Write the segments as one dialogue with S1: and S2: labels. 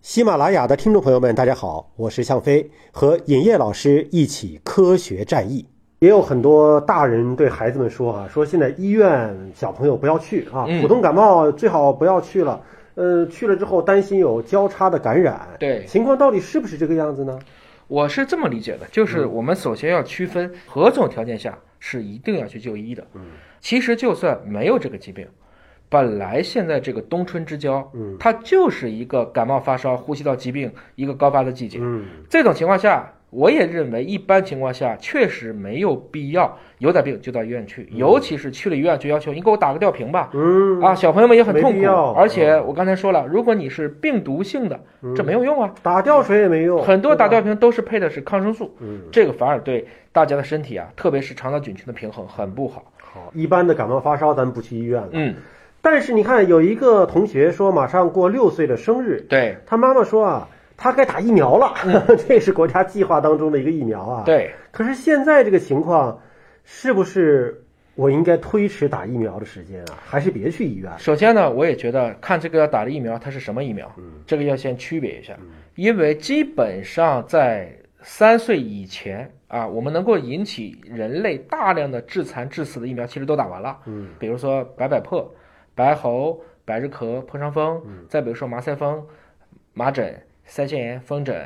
S1: 喜马拉雅的听众朋友们，大家好，我是向飞，和尹烨老师一起科学战役。也有很多大人对孩子们说啊，说现在医院小朋友不要去啊，
S2: 嗯
S1: 普通感冒最好不要去了。呃，去了之后担心有交叉的感染，
S2: 对
S1: 情况到底是不是这个样子呢？
S2: 我是这么理解的，就是
S1: 嗯
S2: 我们首先要区分何种条件下是一定要去就医的。嗯，其实就算没有这个疾病，本来现在这个冬春之交，嗯，它就是一个感冒发烧、呼吸道疾病一个高发的季节。
S1: 嗯，
S2: 这种情况下，我也认为一般情况下确实没有必要有点病就到医院去，尤其是去了医院就要求你给我打个吊瓶吧。
S1: 嗯
S2: 啊，小朋友们也很
S1: 没
S2: 痛
S1: 必
S2: 苦
S1: 要，嗯
S2: 而且我刚才说了，如果你是病毒性的，这没有用啊。
S1: 打吊水也没用，
S2: 很多打
S1: 对吧
S2: 吊瓶都是配的是抗生素，
S1: 嗯
S2: 这个反而对大家的身体啊，特别是肠道菌群的平衡很不好。
S1: 好，一般的感冒发烧咱们不去医院了。
S2: 嗯，
S1: 但是你看，有一个同学说马上过六岁的生日，
S2: 对
S1: 他妈妈说啊，他该打疫苗了， 这是国家计划当中的一个疫苗啊。。
S2: 嗯对，
S1: 可是现在这个情况，是不是我应该推迟打疫苗的时间啊？还是别去医院？
S2: 首先呢，我也觉得看这个要打的疫苗它是什么疫苗，
S1: 嗯
S2: 这个要先区别一下，因为基本上在三岁以前啊，我们能够引起人类大量的致残致死的疫苗，其实都打完了。
S1: 嗯，
S2: 比如说白百破、白喉、百日咳、破伤风，
S1: 嗯
S2: 再比如说麻腮风、麻疹、腮腺炎、风疹，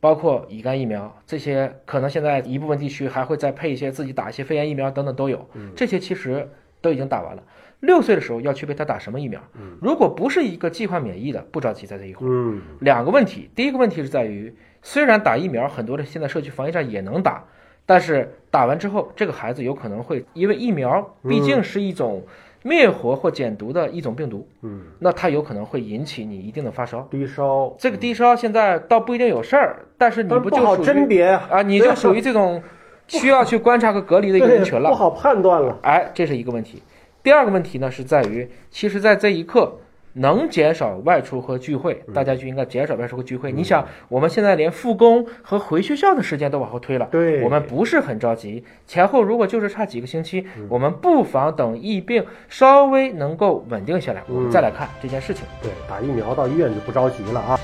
S2: 包括乙肝疫苗，这些可能现在一部分地区还会再配一些自己打一些肺炎疫苗等等都有，这些其实都已经打完了。六岁的时候要区别他打什么疫苗，如果不是一个计划免疫的，不着急在这一会儿。
S1: 嗯
S2: 两个问题，第一个问题是在于，虽然打疫苗很多的现在社区防疫站也能打，但是打完之后，这个孩子有可能会因为疫苗毕竟是一种灭活或减毒的一种病毒，
S1: 嗯，
S2: 那它有可能会引起你一定的发烧。
S1: 低烧，
S2: 这个低烧现在倒不一定有事儿，但是你
S1: 但
S2: 不
S1: 不好
S2: 就属
S1: 甄
S2: 于
S1: 别
S2: 啊，你就属
S1: 于
S2: 于这种需要去观察和隔离的一个人群了
S1: 不。好判断了。
S2: 哎，这是一个问题。第二个问题呢，是在于，其实，在这一刻能减少外出和聚会，
S1: 嗯
S2: 大家就应该减少外出和聚会。你想，我们现在连复工和回学校的时间都往后推了，
S1: 对
S2: 我们不是很着急，前后如果就是差几个星期，
S1: 嗯
S2: 我们不妨等疫病
S1: 嗯
S2: 稍微能够稳定下来，我们再来看这件事情。
S1: 对，打疫苗到医院就不着急了啊。